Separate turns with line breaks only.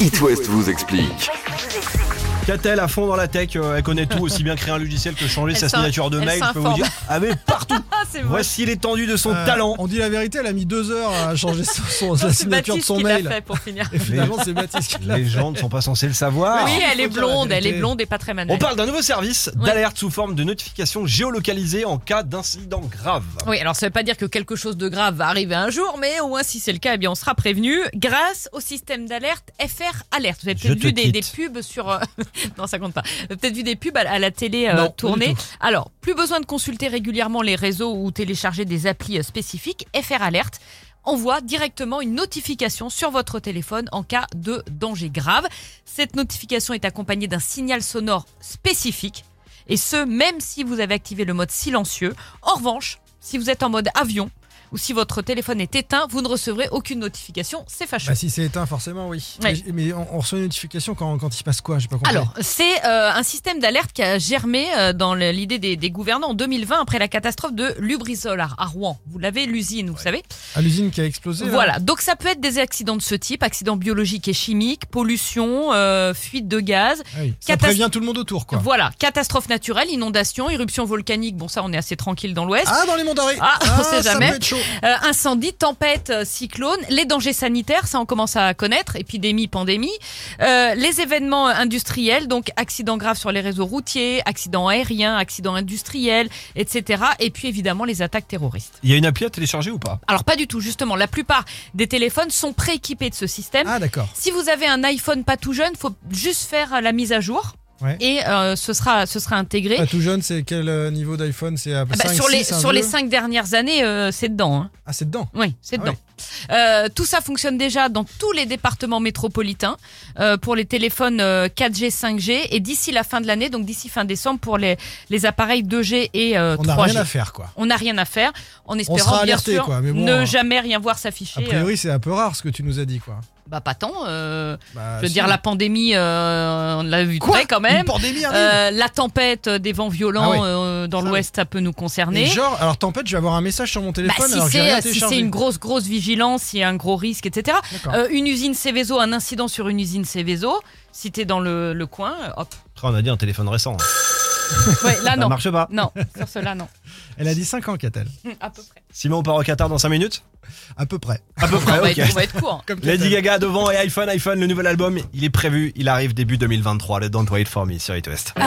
It West vous explique.
Catel à fond dans la tech, euh, elle connaît tout, aussi bien créer un logiciel que changer
Elle
sa
s'in-
signature de
elle
mail, je peux vous
s'informe.
dire. Ah mais partout
Ah, c'est vrai.
Voici l'étendue de son
Euh,
talent.
On dit la vérité, elle a mis deux heures à changer son- son-
Non,
la
C'est
signature de
Baptiste
son
qui l'a
mail.
fait pour finir.
Et finalement, c'est Baptiste qui l'a
Les
fait.
gens ne sont pas censés le savoir.
Oui, elle
Ah. faut
est
dire la
blonde, elle
vérité.
est blonde et pas très manuelle.
On parle d'un nouveau service
Ouais.
d'alerte sous forme de notification géolocalisée en cas d'incident grave.
Oui, alors ça ne veut pas dire que quelque chose de grave va arriver un jour, mais au moins si c'est le cas, eh bien on sera prévenu grâce au système d'alerte FR Alert. Vous avez
Je
peut-être
te
vu des, des
quitte.
pubs sur... euh, non, ça compte pas. Vous avez Peut-être vu des pubs à, à la télé euh,
Non, pas du
tournée.
tout.
Alors, plus besoin de consulter régulièrement les réseaux ou télécharger des applis euh, spécifiques. FR Alert envoie directement une notification sur votre téléphone en cas de danger grave. Cette notification est accompagnée d'un signal sonore spécifique. Et ce, même si vous avez activé le mode silencieux. En revanche, si vous êtes en mode avion ou si votre téléphone est éteint, vous ne recevrez aucune notification. C'est fâcheux.
Bah, si c'est éteint, forcément, oui.
Ouais.
Mais, mais on, on reçoit une notification quand, quand il se passe quoi J'ai pas compris.
Alors, c'est euh, un système d'alerte qui a germé euh, dans le- l'idée des, des gouvernants en 2020 après la catastrophe de Lubrizol à à Rouen. Vous l'avez, l'usine, vous savez.
à l'usine qui a explosé. là.
Voilà, donc ça peut être des accidents de ce type, accidents biologiques et chimiques, pollution, euh, fuite de gaz.
Ah oui. Ça
Catas-
prévient tout le monde autour, quoi.
Voilà, catastrophe naturelle, inondation, éruption volcanique, bon ça on est assez tranquille dans l'Ouest.
Ah, dans les monts dorés
Ah, on sait
ça
jamais.
peut être chaud.
Euh, incendie, tempête, euh, cyclone, les dangers sanitaires, ça on commence à connaître, épidémie, pandémie, Euh, les événements euh, industriels, donc accidents graves sur les réseaux routiers, accidents aériens, accidents industriels, etc. Et puis évidemment les attaques terroristes.
Il y a une appli à télécharger ou pas
Alors pas du tout, justement, la plupart des téléphones sont prééquipés de ce système.
Ah, d'accord.
Si vous avez un iPhone pas tout jeune, faut juste faire euh, la mise à jour
Ouais.
et euh, ce sera ce sera intégré.
Pas tout jeune, c'est quel euh, niveau d'iPhone C'est à
Ah bah,
5,
sur les
6, un
sur les
vieux
cinq dernières années, euh, c'est dedans. hein.
Ah, c'est dedans.
Oui, c'est
Ah
dedans. Euh, tout ça fonctionne déjà dans tous les départements métropolitains euh, pour les téléphones euh, 4G, 5G et d'ici la fin de l'année, donc d'ici fin décembre pour les, les appareils 2G et euh,
On n'a
3G.
rien à faire, quoi.
on n'a rien à faire en espérant
sera
bien
alerté,
sûr
quoi, mais bon,
ne
euh,
jamais rien voir
A
s'afficher. euh,
priori, c'est un peu rare ce que tu nous as dit, quoi.
bah pas tant. euh,
Bah,
je veux
si.
dire la pandémie, euh, on l'a vu de près quand
Une
même.
pandémie arrive
Euh, la tempête euh, des vents violents
Ah ouais.
euh, dans
Ça,
l'Ouest, ça peut nous concerner.
Et genre, alors tempête, je vais avoir un message sur mon
Bah,
téléphone. alors
si
que j'ai rien
c'est si
téléchargé.
c'est une grosse grosse vigilance, s'il y a un gros risque, etc.
D'accord.
Euh, une usine Céveso, un incident sur une usine Céveso, si t'es dans le, le coin, euh, hop.
Après, on a dit un téléphone récent. hein.
Ouais,
Ça
là Ah, non.
marche pas.
Non, sur cela non.
Elle a dit 5 ans, Catel.
Hum, À peu près.
Simon, on part au Qatar dans 5 minutes
À peu près.
À peu
on, va
près, ok.
être, on va bah, être court.
Comme
Lady
Catel.
Gaga devant et iPhone, iPhone, le nouvel album, il est prévu, il arrive début 2023, le Don't Wait For Me sur It West.